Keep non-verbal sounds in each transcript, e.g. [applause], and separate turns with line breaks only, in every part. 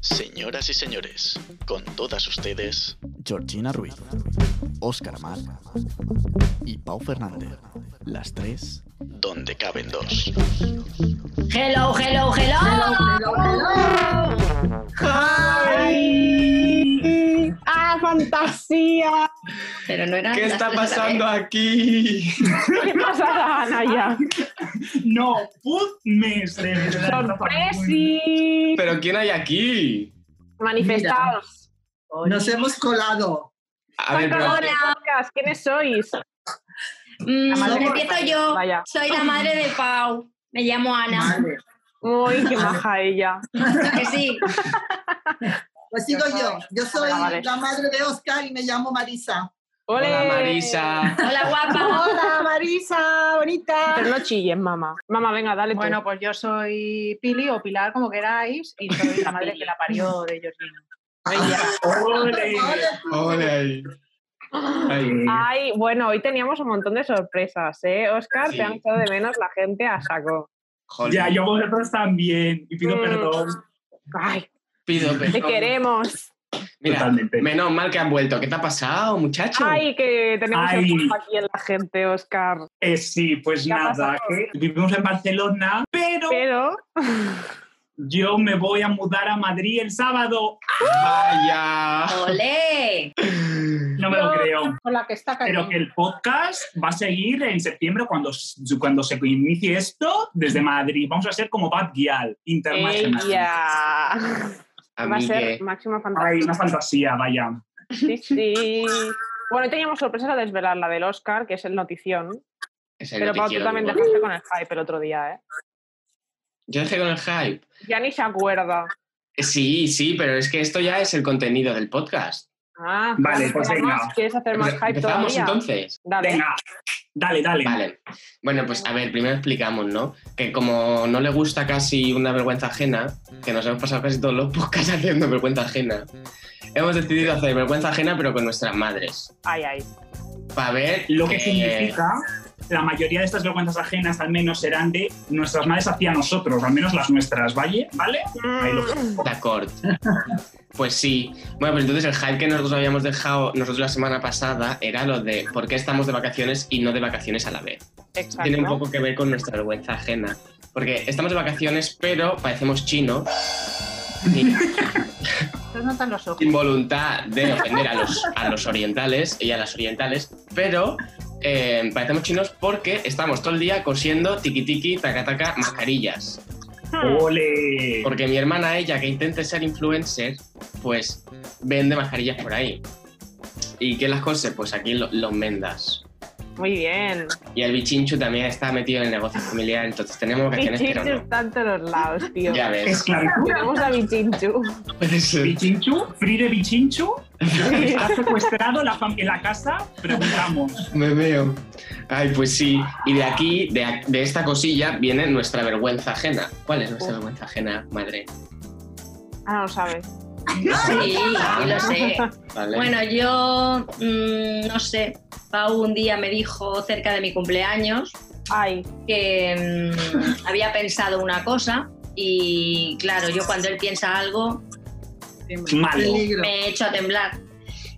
Señoras y señores, con todas ustedes,
Georgina Ruiz, Óscar Mar y Pau Fernández. Las tres.
donde caben dos.
Hello, hello, hello.
¡Ay! ¡Ah, fantasía!
Pero no eran
¿Qué
las
está
tres a la
pasando
vez.
aquí?
¿Qué pasa, Ana, ya?
No, putmes, de verdad.
¡Sorpresi!
¿Pero quién hay aquí?
Manifestaos.
Nos hemos colado.
A ver, pero-
Chicas, ¿Quiénes sois?
Mm,
La madre-
empiezo yo.
Vaya.
Soy la madre de Pau. Me llamo Ana. [laughs]
Madre.
Uy, qué maja ella.
Que sí.
Pues sigo yo. Yo soy
Ah, vale.
la madre de Oscar y me llamo Marisa.
¡Ole!
Hola Marisa.
Hola, guapa.
¡Hola, Marisa! ¡Bonita! Pero no chilles, mamá. Mamá, venga, dale tú.
Bueno, pues yo soy Pili o Pilar, como queráis, y soy la madre que la parió de Georgina.
[laughs]
¡Ole!
Hola. ahí. Ay.
Ay, bueno, hoy teníamos un montón de sorpresas, ¿eh? Oscar,
Sí.
te han echado de menos la gente a saco.
Jolín.
Ya, yo vosotros también. Y pido
Mm.
perdón.
¡Ay,
Pido
te
perdón.
queremos!
Mira,
Totalmente.
menos mal que han vuelto. ¿Qué te ha pasado, muchacho?
¡Ay, que tenemos
Ay.
el culpa aquí en la gente, Oscar!
Eh, sí, pues
¿Qué ha
nada.
pasado?
que Vivimos en Barcelona, pero
Pero
yo me voy a mudar a Madrid el sábado.
Vaya.
Olé.
No me lo
No.
creo.
Con la que está
Pero
cayendo.
que el podcast va a seguir en septiembre cuando, cuando se inicie esto desde Madrid. Vamos a ser como Bad Gyal International.
ella va a ser
Amigue.
máxima
[laughs] Ay,
fantasía.
una fantasía, vaya.
Sí, sí. Bueno, teníamos sorpresa a desvelar la del Oscar, que es el notición.
Es el
Pero
que
Pau, tú
quiero,
también
digo.
dejaste con el hype el otro día, ¿eh?
Yo dejé con el hype. Eh,
Ya ni se acuerda.
Sí, sí, pero es que esto ya es el contenido del podcast.
Ah,
Vale,
¿quieres
pues
hacer
venga.
más? ¿Quieres hacer más hype
¿Empezamos
todavía?
entonces?
Dale.
Venga, dale, dale.
Vale. Bueno, pues a ver, primero explicamos, ¿no? Que como no le gusta casi una vergüenza ajena, que nos hemos pasado casi todos los podcasts [laughs] haciendo vergüenza ajena, hemos decidido hacer vergüenza ajena pero con nuestras madres.
Ay, ay.
Para ver
Lo que
eh,
significa, la mayoría de estas vergüenzas ajenas al menos serán de nuestras madres hacia nosotros, al menos las nuestras, ¿vale? ¿Vale? Mm. Ahí lo
La corte. Pues sí. Bueno, pues entonces el hype que nosotros habíamos dejado nosotros la semana pasada era lo de por qué estamos de vacaciones y no de vacaciones a la vez.
Exacto.
Tiene un poco que ver con nuestra vergüenza ajena. Porque estamos de vacaciones, pero parecemos chinos. Y-
Se os notan los ojos.
sin voluntad de ofender a los, a los orientales y a las orientales, pero eh, parecemos chinos porque estamos todo el día cosiendo tiki tiki, taca taca, mascarillas.
Ah.
Hmm.
¡Ole!
Porque mi hermana, ella que intente ser influencer, pues vende mascarillas por ahí. ¿Y qué las cose? Pues aquí lo- los mendas.
Muy
[laughs]
bien.
Y el bichinchu también está metido en el negocio familiar, entonces tenemos este vacaciones,
Bichinchu
pero
está en todos lados, tío.
no. Ya ves.
Esclavitud.
Vamos a
[laughs]
Bichinchu. [laughs]
Puede ser.
Bichinchu, Frire Bichinchu, ha secuestrado la, fam- en la casa, preguntamos.
Me veo. Ay, pues sí. Y de aquí, de, a- de esta cosilla, viene nuestra vergüenza ajena. ¿Cuál es nuestra
Uf.
vergüenza ajena, madre?
Ah, no sabes.
Sí, sí lo sé.
Vale.
Bueno, yo mm, no sé. Pau un día me dijo cerca de mi cumpleaños
Ay,
que mm, había pensado una cosa y claro, yo cuando él piensa algo
Malo.
y me echo a temblar.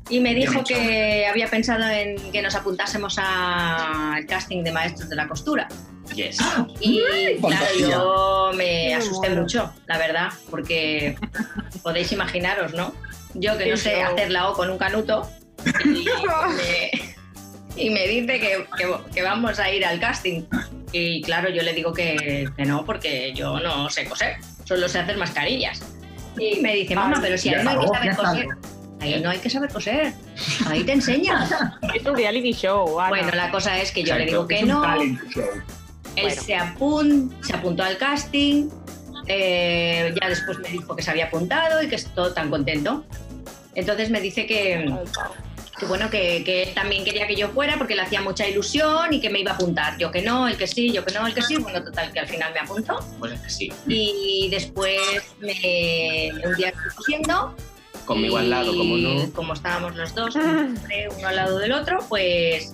Y me dijo que había pensado en que nos apuntásemos al casting de maestros de la costura.
Yes.
Y claro,
fantasía.
yo me
Me
asusté
muero.
mucho, la verdad, porque [laughs] podéis imaginaros, ¿no? Yo que no
Sí,
sé
yo.
hacer la O con un canuto y me, y me dice que, que- que vamos a ir al casting. Y claro, yo le digo que, que no, porque yo no sé coser, solo sé hacer mascarillas. Y me dice, mamá, pero si
Ah, Ya
ahí no hay que
acabó,
saber
ya
coser. Ahí no hay que saber coser, ahí te
[laughs] Ah,
enseñan.
es un reality show, Ana.
Bueno, la cosa es que yo le digo
Exacto.
que
Es un
no,
talent show.
él
Bueno.
se, apun- se apuntó al casting, eh, ya después me dijo que se había apuntado y que estoy tan contento. Entonces me dice que,
Ay, Pau.
que bueno, que, que él también quería que yo fuera porque le hacía mucha ilusión y que me iba a apuntar. Yo que no, el que sí, yo que no, el que sí. Bueno, total, que al final me apuntó.
Pues es que sí.
Y después me, un día estoy cosiendo
conmigo al lado, como no.
Y Como estábamos los dos, como siempre, uno al lado del otro, pues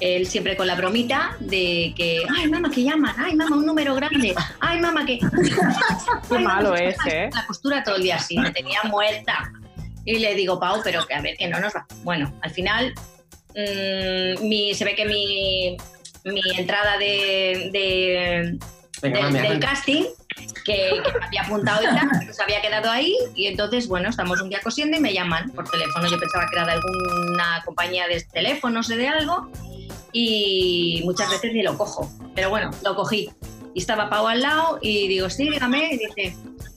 él siempre con la bromita de que, ay, mamá, que llaman, ay, mamá, un número grande, ay, mamá, que.
[laughs] Qué
Ay, mamá,
malo
que-
es, ¿eh?
La costura todo el día así, me tenía muerta. Y le digo, Pau, pero que a ver, que no nos va. Bueno, al final, mm, mi- se ve que mi, mi entrada de- de,
Venga,
del,
mami,
del
arranca.
casting que, que me había apuntado y tal, que se había quedado ahí y entonces, bueno, estamos un día cosiendo y me llaman por teléfono. Yo pensaba que era de alguna compañía de teléfonos o de algo y muchas veces ni lo cojo, pero bueno, lo cogí. Y estaba Pau al lado y digo, sí, dígame, y dice,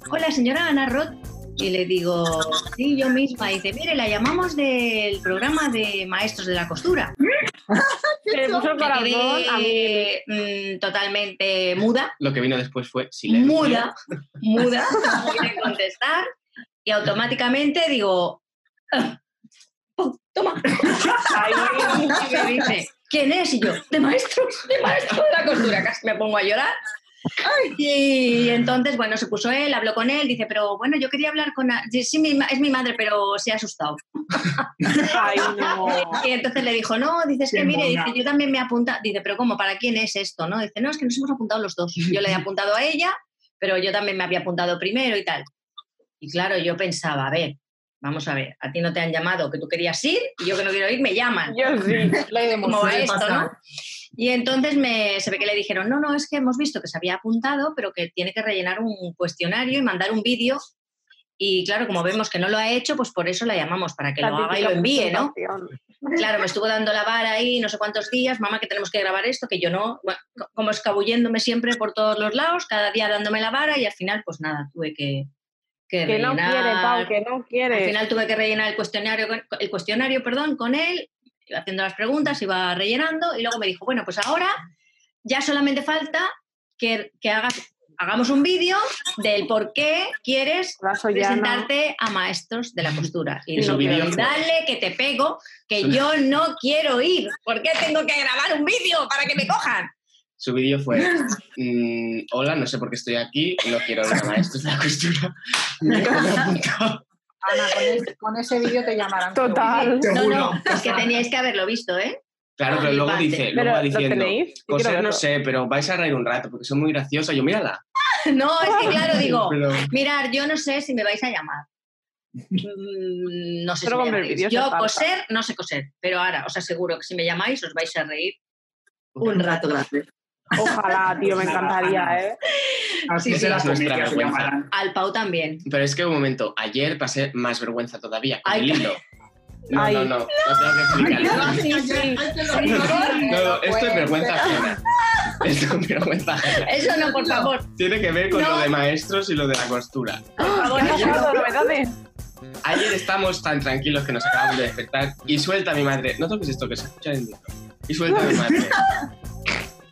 hola señora Ana Roth. Y le digo, sí, yo misma. Y dice, mire, la llamamos del programa de Maestros de la Costura.
Te puso el
Me
corazón a mí.
quedé mm, totalmente muda
Lo que vino después fue silencio.
muda, muda, no pude contestar y automáticamente digo, "Ah, oh, toma. Y me dice, ¿quién es? Y yo, de maestros, de maestro de la costura, casi me pongo a llorar. Y entonces, bueno, se puso él, habló con él, dice, pero bueno, yo quería hablar con... a- Sí, mi ma- es mi madre, pero se ha asustado.
Ay, no.
[laughs] Y entonces le dijo, no, dices
Qué
que mire,
mona.
dice, yo también me apunta. Dice, pero ¿cómo? ¿Para quién es esto? no Dice, no, es que nos hemos apuntado los dos. Yo le he apuntado a ella, pero yo también me había apuntado primero y tal. Y claro, yo pensaba, a ver, vamos a ver, a ti no te han llamado, que tú querías ir, y yo que no quiero ir, me llaman.
Yo sí.
¿Cómo va esto, no? Y entonces me, se ve que le dijeron, no, no, es que hemos visto que se había apuntado, pero que tiene que rellenar un cuestionario y mandar un vídeo. Y claro, como vemos que no lo ha hecho, pues por eso la llamamos, para que lo
La
haga y lo
típica
envíe, ¿no?
presentación.
Claro, me estuvo dando la vara ahí no sé cuántos días, mamá, que tenemos que grabar esto, que yo no, bueno, co- como escabulléndome siempre por todos los lados, cada día dándome la vara y al final, pues nada, tuve que, que
Que no
rellenar.
quiere, Pau, que no
Al
quiere.
final tuve que rellenar el cuestionario, con- el cuestionario, perdón, con él, iba haciendo las preguntas, iba rellenando y luego me dijo, bueno, pues ahora ya solamente falta que, que hagas, hagamos un vídeo del por qué quieres
Brazo llano.
presentarte a maestros de la costura. Y
Y su
digo, pero
vídeo fue-
dale que te pego, que
Su-
yo no quiero ir. ¿Por qué tengo que grabar un vídeo para que me cojan?
Su vídeo fue, mm, hola, no sé por qué estoy aquí, no quiero nada, esto es la costura. Me he apuntado.
Ana, con, el- con ese vídeo te llamarán.
Total.
No,
Seguro.
no, es que teníais que haberlo visto, ¿eh?
Claro, pero luego dice,
Pero
luego
lo
va diciendo,
tenéis. Yo quiero
cosas no
verlo.
sé, pero vais a reír un rato porque son muy graciosos. Yo, mírala.
No, es que claro, digo,
Pero-
mirar, yo no sé si me vais a llamar. Mm, No sé si me
Pero con el
llamáis.
vídeo se
Yo
salta.
coser, no sé coser, pero ahora os aseguro que si me llamáis os vais a reír un rato.
Ojalá, tío, me
[laughs]
encantaría, ¿eh?
Así
Sí,
se
sí.
las
Nuestra
comedias se
vergüenza.
llamarán.
Al Pau también.
Pero es que un momento, ayer pasé más vergüenza todavía con
Ay,
el
qué- [laughs]
hilo. No,
Ay.
no, no, no tengo que explicarlo.
Sí, sí.
No, no, esto es vergüenza ajena. Esto es vergüenza ajena.
[laughs] Eso no, por favor.
Tiene que ver con
No.
lo de maestros y lo de la costura.
Por favor,
¿Qué ha
eso no.
pasado? novedades?
Ayer estamos tan tranquilos que nos acabamos de despertar y suelta mi madre. No toques esto que se escucha en el micro. Y suelta mi madre.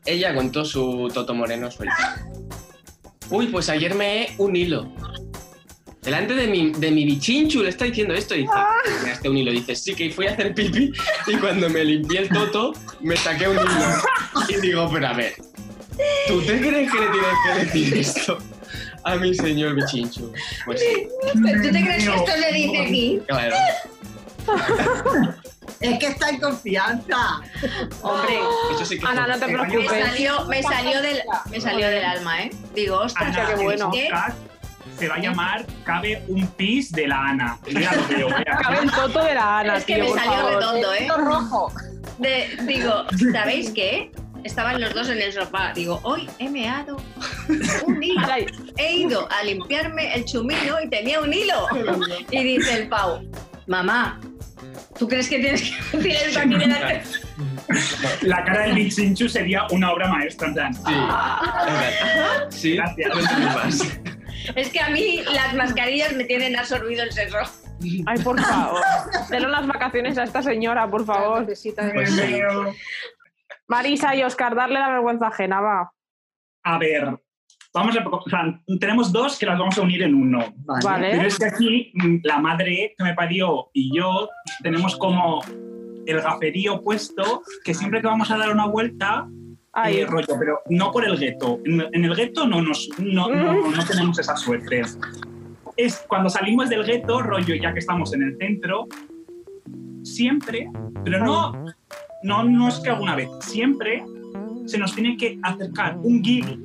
Ella contó su Toto Moreno suelta. Uy, pues ayer me he un hilo. Delante de mi, de mi bichinchu le está diciendo esto y dice, me gasté un hilo. Dice, sí que fui a hacer pipí y cuando me limpié el toto me saqué un hilo. Y digo, pero a ver, ¿tú te crees que le tienes que decir esto a mi señor bichinchu? Pues sí.
¿Tú te crees que esto se dice aquí?
Claro.
Es que está en confianza.
Hombre,
Eso sí que
Ana, Ah, no te
Me
me
preocupes.
salió, me salió, del, me salió del alma, ¿eh? Digo, [laughs] ostras,
Ana,
Ah, qué
el
bueno.
podcast se va a llamar Cabe un pis de la Ana. Mira lo que yo voy a
[laughs]
Cabe el toto de la Ana,
es que
tío,
me
por
salió
favor.
redondo, ¿eh?
rojo.
De- digo, ¿sabéis qué? Estaban los dos en el sofá. Digo, hoy he meado un hilo.
Ay,
He ido a limpiarme el chumino y tenía un hilo. Y dice el Pau, mamá, ¿tú crees que tienes que tienes eso aquí delante?
La cara del Bichinchu sería una obra maestra, en plan. Ah,
Sí. Venga. Sí.
Gracias.
No te preocupes.
Es que a mí las mascarillas me tienen absorbido el sexo.
Ay, por favor. Denle unas vacaciones a esta señora, por favor.
Necesita de-
Pues sí.
Marisa y Oscar, darle la vergüenza ajena, va.
A ver, vamos a. o sea, tenemos dos que las vamos a unir en uno.
¿Eh?
Pero
Vale.
es que aquí mm, la madre que me parió y yo tenemos como el gaferío puesto que siempre que vamos a dar una vuelta,
Ay,
eh, rollo, pero no por el gueto. En, en el gueto no, nos, no, no, no tenemos esa suerte. es cuando salimos del gueto, rollo, ya que estamos en el centro, siempre, pero no, no, no es que alguna vez, siempre se nos tiene que acercar un guiri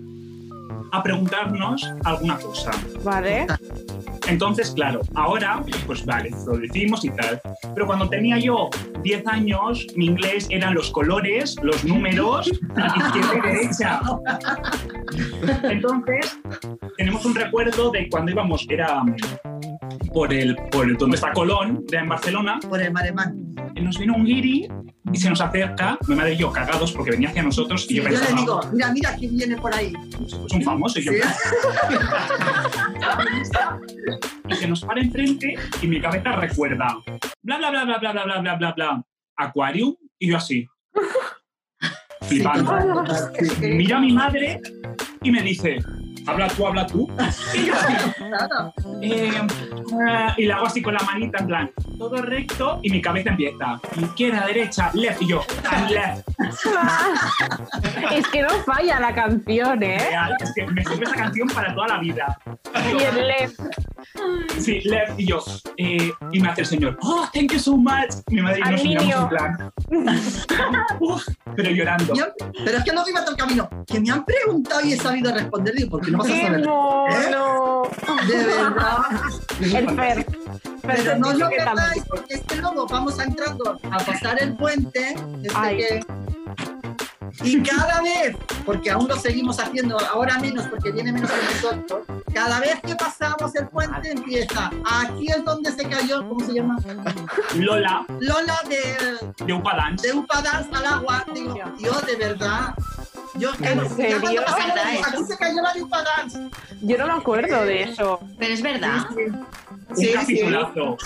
a preguntarnos alguna cosa.
Vale.
Entonces, claro, ahora, pues vale, lo decimos y tal. Pero cuando tenía yo 10 años, mi inglés eran los colores, los números,
[laughs]
izquierda y derecha. Entonces, tenemos un recuerdo de cuando íbamos, era mm, por el, por el- donde está Colón, era en Barcelona,
Por el maremán.
y nos vino un guiri y se nos acerca, mi madre y yo cagados porque venía hacia nosotros y
Y
yo
yo le
pensaba,
digo, mira, mira quién viene por ahí.
es un famoso, y yo
Sí.
y se nos para enfrente y mi cabeza recuerda bla bla bla bla bla bla bla bla bla bla aquarium y yo así flipando
total, [laughs] total, sí.
mira a mi madre y me dice habla tú habla tú y yo así
Claro.
eh, ah, y la hago así con la manita en plan todo recto y mi cabeza empieza izquierda derecha left y yo I'm left
es que no falla la canción, ¿eh?
real es que me sirve esa canción para toda la vida
Y el left.
Sí, Lev y yo. Eh, y me hace el señor, oh, thank you so much. Mi madre y nos
Arminio.
miramos en plan. [laughs] Uf, pero llorando.
Yo- Pero es que no me iba todo el camino. Que me han preguntado y he sabido responder. Digo, ¿por qué no vas a
¡Qué
saber?
mono!
De verdad.
El Fer.
Pero no
lo
lo perdáis, porque es que luego vamos a entrando a pasar el puente. este
Ay.
que- Y cada vez, porque aún lo seguimos haciendo, ahora menos porque viene menos que nosotros, cada vez que pasamos el puente empieza. Aquí es donde se cayó, ¿cómo se llama?
Lola,
Lola de,
de Upa Dance.
de Upa Dance al agua. Digo, tío, de verdad. Yo, claro, ya
serio?
cuando pasamos,
¿Verdad eso?
aquí se cayó la de Upa Dance.
Yo no me acuerdo de eso.
Pero es verdad.
Sí,
un
sí.
capitulazo.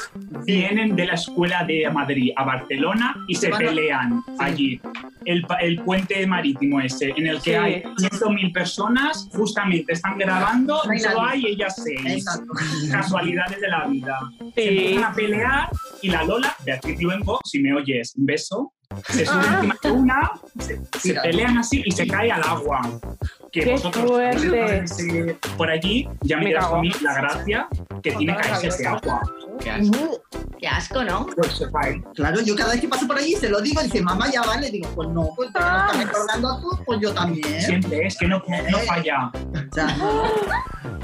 Vienen de la escuela de Madrid a Barcelona y se
Bueno,
pelean allí. El, pa- el puente marítimo ese, en el que
Sí.
hay 100.000 personas, justamente están grabando y solo
Bailando.
hay ellas seis.
Exacto.
Casualidades de la vida. se
Sí.
empiezan a pelear y la Lola, Beatriz Luengo, si me oyes, un beso, se sube
Ah.
encima de una, se, se
Mira.
pelean así y se cae al agua. Que
¡Qué
vosotros
fuerte!
sí, eh, por allí ya me
Me
dirás
cago.
a mí la gracia que tiene caerse ese agua.
Qué asco.
Qué asco, ¿no?
Pues, sepáis.
Claro, yo cada vez que paso por ahí se lo digo, dice, mamá, ya vale. Digo, pues no, pues te no estás recordando tú, pues yo también.
Siempre es que no, no falla.
O sea, no,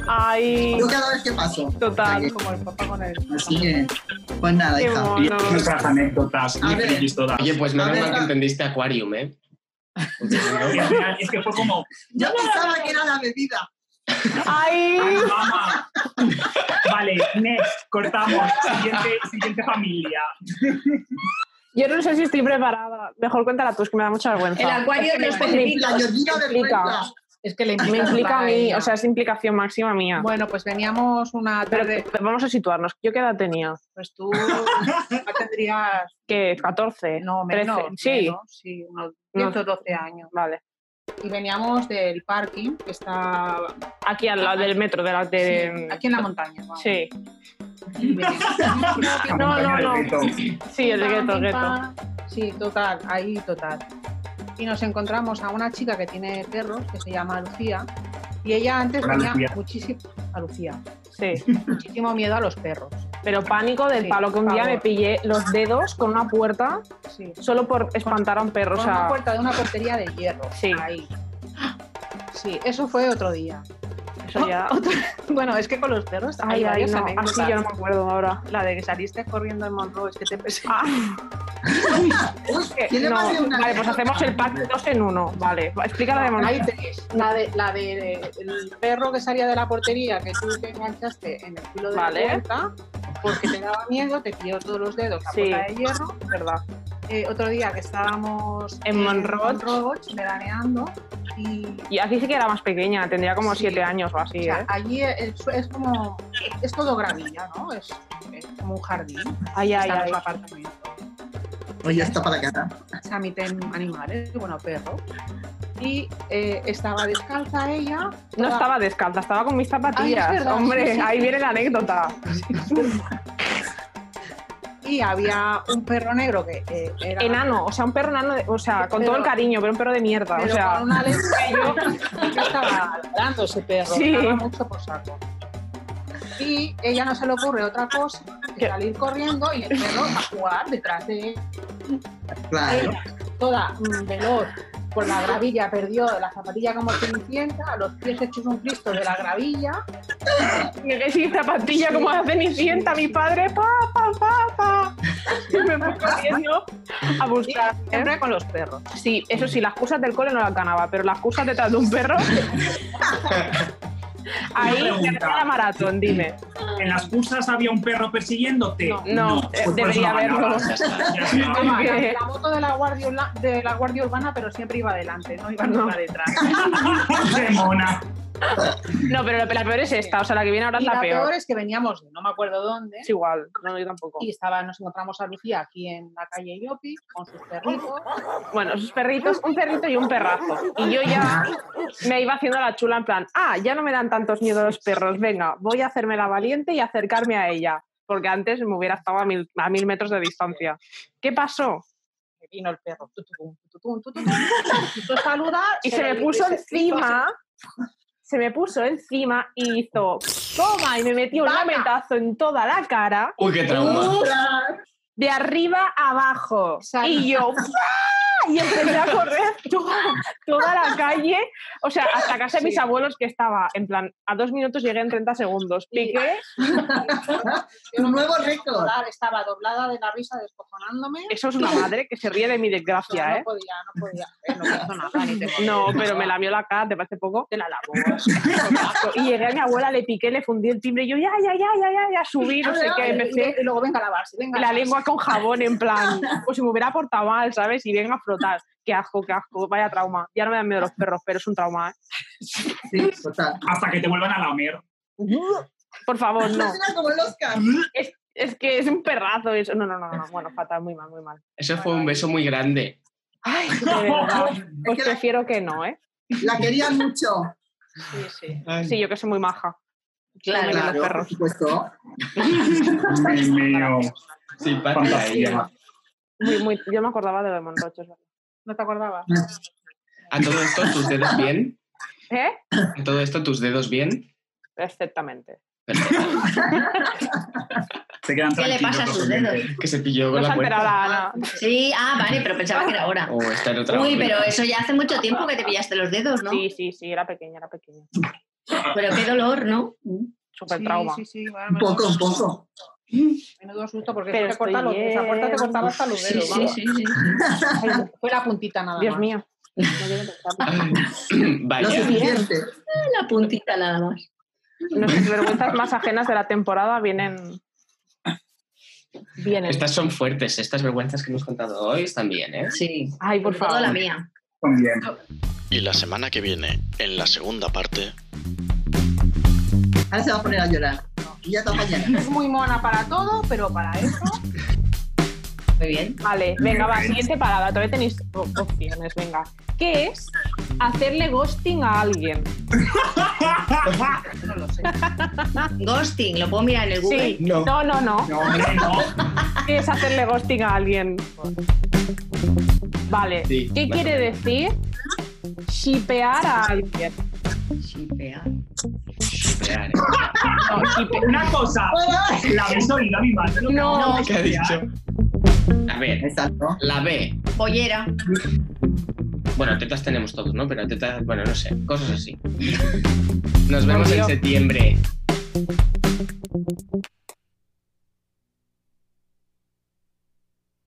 Ay,
yo cada vez que paso.
total.
Como el papá con el.
Así que, pues nada,
Qué
hija.
mono.
Nuestras anécdotas,
A
muy
ver.
feliz todas.
Oye, pues menos
A ver,
mal que
va.
entendiste Aquarium, ¿eh?
Y al final es que fue como,
Yo pensaba que era la bebida.
Ay,
"Ay, mamá". Vale, next, cortamos. Siguiente, siguiente familia.
yo no sé si estoy preparada. Mejor cuéntala tú, es que me da mucha vergüenza.
El acuario
Es que
no es
me-
pequeñito.
La Georgina vergüenza.
Es que le
Me implica a mí, o sea, es implicación máxima mía.
Bueno, pues veníamos una
Pero
tarde,
pero vamos a situarnos. ¿Yo qué edad tenía?
pues tú no tendrías,
Que 14.
no, menos,
Trece, sí.
menos, sí, unos 10 o 12 años.
Vale.
Y veníamos del parking, que está
Aquí al lado del metro, de mm, la de.
sí, aquí en la montaña. vamos.
Sí,
Y [laughs] veníamos-
La
No,
montaña
no,
del
no.
reto.
sí, el gueto, el gueto.
Sí, total, ahí total. Y nos encontramos a una chica que tiene perros, que se llama Lucía, y ella antes
Hola,
tenía
Lucía.
muchísimo, a Lucía,
Sí.
muchísimo miedo a los perros.
Pero pánico del
Sí,
palo que un día
favor.
me pillé los dedos con una puerta
Sí.
solo por espantar a un perro. O
Con una
sea,
puerta de una portería de hierro.
Sí.
Ahí. Sí, eso fue otro día.
eso
[gasps]
ya.
Bueno, es que con los perros
Ay, ay,
hay varias
no.
anécdotas.
Así yo no me acuerdo ahora.
La de que saliste corriendo en Monroe, es que te pesé.
Uy,
Que
tiene
no.
más de una.
Vale, pues hacemos el pack dos en uno. Vale, va, explica la de
Hay
Manuel.
tres. La de, la de, de- el perro que salía de la portería que tú te enganchaste en el filo de
Vale.
la puerta porque te daba miedo, te pilló todos los dedos la
Sí.
puerta de hierro.
verdad.
Eh, otro día que estábamos
En Monroch.
Monroch, veraneando y
Y aquí sí que era más pequeña, tendría como
Sí.
siete años o así,
o sea,
¿eh?
allí es, es como es todo gravilla, ¿no? Es, es como un jardín.
Ay, ay,
Está
ay.
nuestro apartamento.
Oye, está para cara.
se admiten animales, bueno, perros. Y eh, estaba descalza ella.
No
toda-
estaba descalza, estaba con mis zapatillas.
Ah. Ay, es verdad,
Hombre,
[laughs] sí, sí.
ahí viene la anécdota.
Y había un perro negro que eh, era.
Enano, o sea, un perro enano, de- o sea, con
Pero-
todo el cariño, pero un perro de mierda.
Pero
o sea,
con una [laughs] lengua que yo yo estaba ladrando ese perro.
Sí.
daba mucho por saco. Y ella no se le ocurre otra cosa que salir corriendo y el perro a jugar detrás de él.
Claro.
Toda mm, veloz, con la gravilla perdió la zapatilla como cenicienta, a los pies hechos un cristo de la gravilla.
Llegué sin zapatilla como la cenicienta, mi padre, pa, pa, pa,
[laughs]
pa. Y me fui corriendo a buscar.
Siempre con los perros.
Sí, eso sí, las cosas del cole no las ganaba, pero las cosas detrás de un
[laughs]
perro. Ahí
Una
te
pregunta.
hacía la maratón, dime.
¿En las cursas había un perro persiguiéndote?
No, no, eh,
pues por eso
debería
no ganaba.
haberlo.
Ya está.
Ya está.
Como
Toma,
que-
La moto de la, guardia, urla- de la guardia urbana, pero siempre iba adelante, no iba
No.
nunca detrás.
¡Qué mona!
No, pero la, la peor es esta, o sea, la que viene ahora es
Y
la peor.
es que veníamos, de no me acuerdo dónde,
Es igual, no, yo tampoco.
y estaba, nos encontramos a Lucía aquí en la calle Yopi con sus
[laughs]
perritos.
Bueno, sus perritos, un perrito y un perrazo. Y yo ya me iba haciendo la chula en plan, ah, ya no me dan tantos miedos los perros, venga, voy a hacerme la valiente y acercarme a ella, porque antes me hubiera estado a mil, a mil metros de distancia. ¿Qué pasó?
que vino el perro. tututum, tututum, tututum, quiso saludar
Y se me
le-
puso
se-
encima, se me puso encima y hizo, toma, y me metió un
Vaca.
lamentazo en toda la cara,
Uy, qué
Uh.
trauma.
de arriba a abajo.
Exacto.
Y
[laughs]
yo, ¡ah! y empecé a correr toda, toda la calle, o sea, hasta casa de mis
Sí.
abuelos que estaba, en plan, a dos minutos llegué en 30 segundos. Piqué,
Un nuevo récord.
Total, Estaba doblada de la risa, descojonándome.
eso es una madre que se ríe de mi
O sea,
desgracia,
No
¿eh?
podía, no podía. eh, No hizo
[laughs]
nada, ni te
No, pero me lamió la cara, te parece poco, te la lavo. ¿eh? Y llegué a mi abuela, le piqué, le fundí el timbre, y yo, ya, ya, ya, ya, ya, ya, subí, no sé qué,
y,
empecé
y luego venga a lavarse, venga. a
la
lavarse.
lengua con jabón, en plan, pues si me hubiera portado mal, ¿sabes? Y venga a frotar, qué asco, qué asco, vaya trauma. Ya no me dan miedo los perros, pero es un trauma, ¿eh?
Sí, total.
Hasta que te vuelvan a lamer.
Por favor,
[laughs]
no.
Suena como el Oscar.
Es, es que es un perrazo eso. No, no, no, no. Bueno, fatal, muy mal, muy mal.
Eso fue un beso muy grande.
Ay,
[laughs]
de verdad. Pues prefiero que no, ¿eh?
La querían mucho.
Sí, sí.
Sí, yo que soy muy maja.
Claro.
Como los
Claro, por
perros.
supuesto.
Dios mío.
Simpática ella.
Fantasía.
Muy, muy, yo me acordaba de lo de Monrocho. es verdad.
¿No te acordabas?
A todo esto, tus dedos bien.
¿Eh?
A todo esto, tus dedos bien.
Exactamente.
Se quedan
¿Qué le
tranquilos
pasa a
los
sus
oyentes.
dedos?
Que se pilló
No
con
se ha
la
enterado
puerta.
la Ana.
Sí, ah, vale, pero pensaba que era ahora.
O está en otra
Uy,
órbita.
pero eso ya hace mucho tiempo que te pillaste los dedos, ¿no?
Sí, sí, sí, era pequeña, era pequeña.
Pero qué dolor, ¿no?
Súper
Sí,
trauma.
Sí, sí, bueno,
Un poco,
menudo,
un poco.
menudo susto, porque
Pero
eso te corta
estoy
los- esa
bien.
puerta te cortaba hasta los
Sí,
dedos.
sí,
vamos.
sí, sí.
Ay, Fue la puntita nada
Dios
más. [laughs]
mío.
Ay,
Lo
[clears throat] Vaya.
suficiente.
La puntita nada más.
Nuestras vergüenzas más ajenas de la temporada vienen. Vienen.
Estas son fuertes, estas vergüenzas que hemos contado hoy están bien, ¿eh?
Sí.
Ay, por
Sobre todo
favor.
la mía.
También.
Y la semana que viene, en la segunda parte,
Ahora se va a poner a llorar. Y ya está mañana.
Es muy mona para todo, pero para eso.
Muy bien.
Vale, venga, va, siguiente parada. Todavía tenéis o- opciones, venga. ¿Qué es hacerle ghosting a alguien?
No lo sé.
Ghosting, lo puedo mirar en el Google.
Sí. No. no, no,
No, hombre, no.
¿Qué es hacerle ghosting a alguien? Vale.
Sí,
¿Qué
vale.
quiere decir shipear a alguien?
Shipea.
Real, ¿eh?
No, shipe-
Una cosa, la habéis oído a mi madre. lo que
No.
acabo de
¿Qué ha
decir.
dicho? A ver,
Exacto.
la B.
Pollera.
Bueno, tetas tenemos todos, ¿no? Pero tetas, bueno, no sé, cosas así. Nos vemos en
Obvio.
septiembre.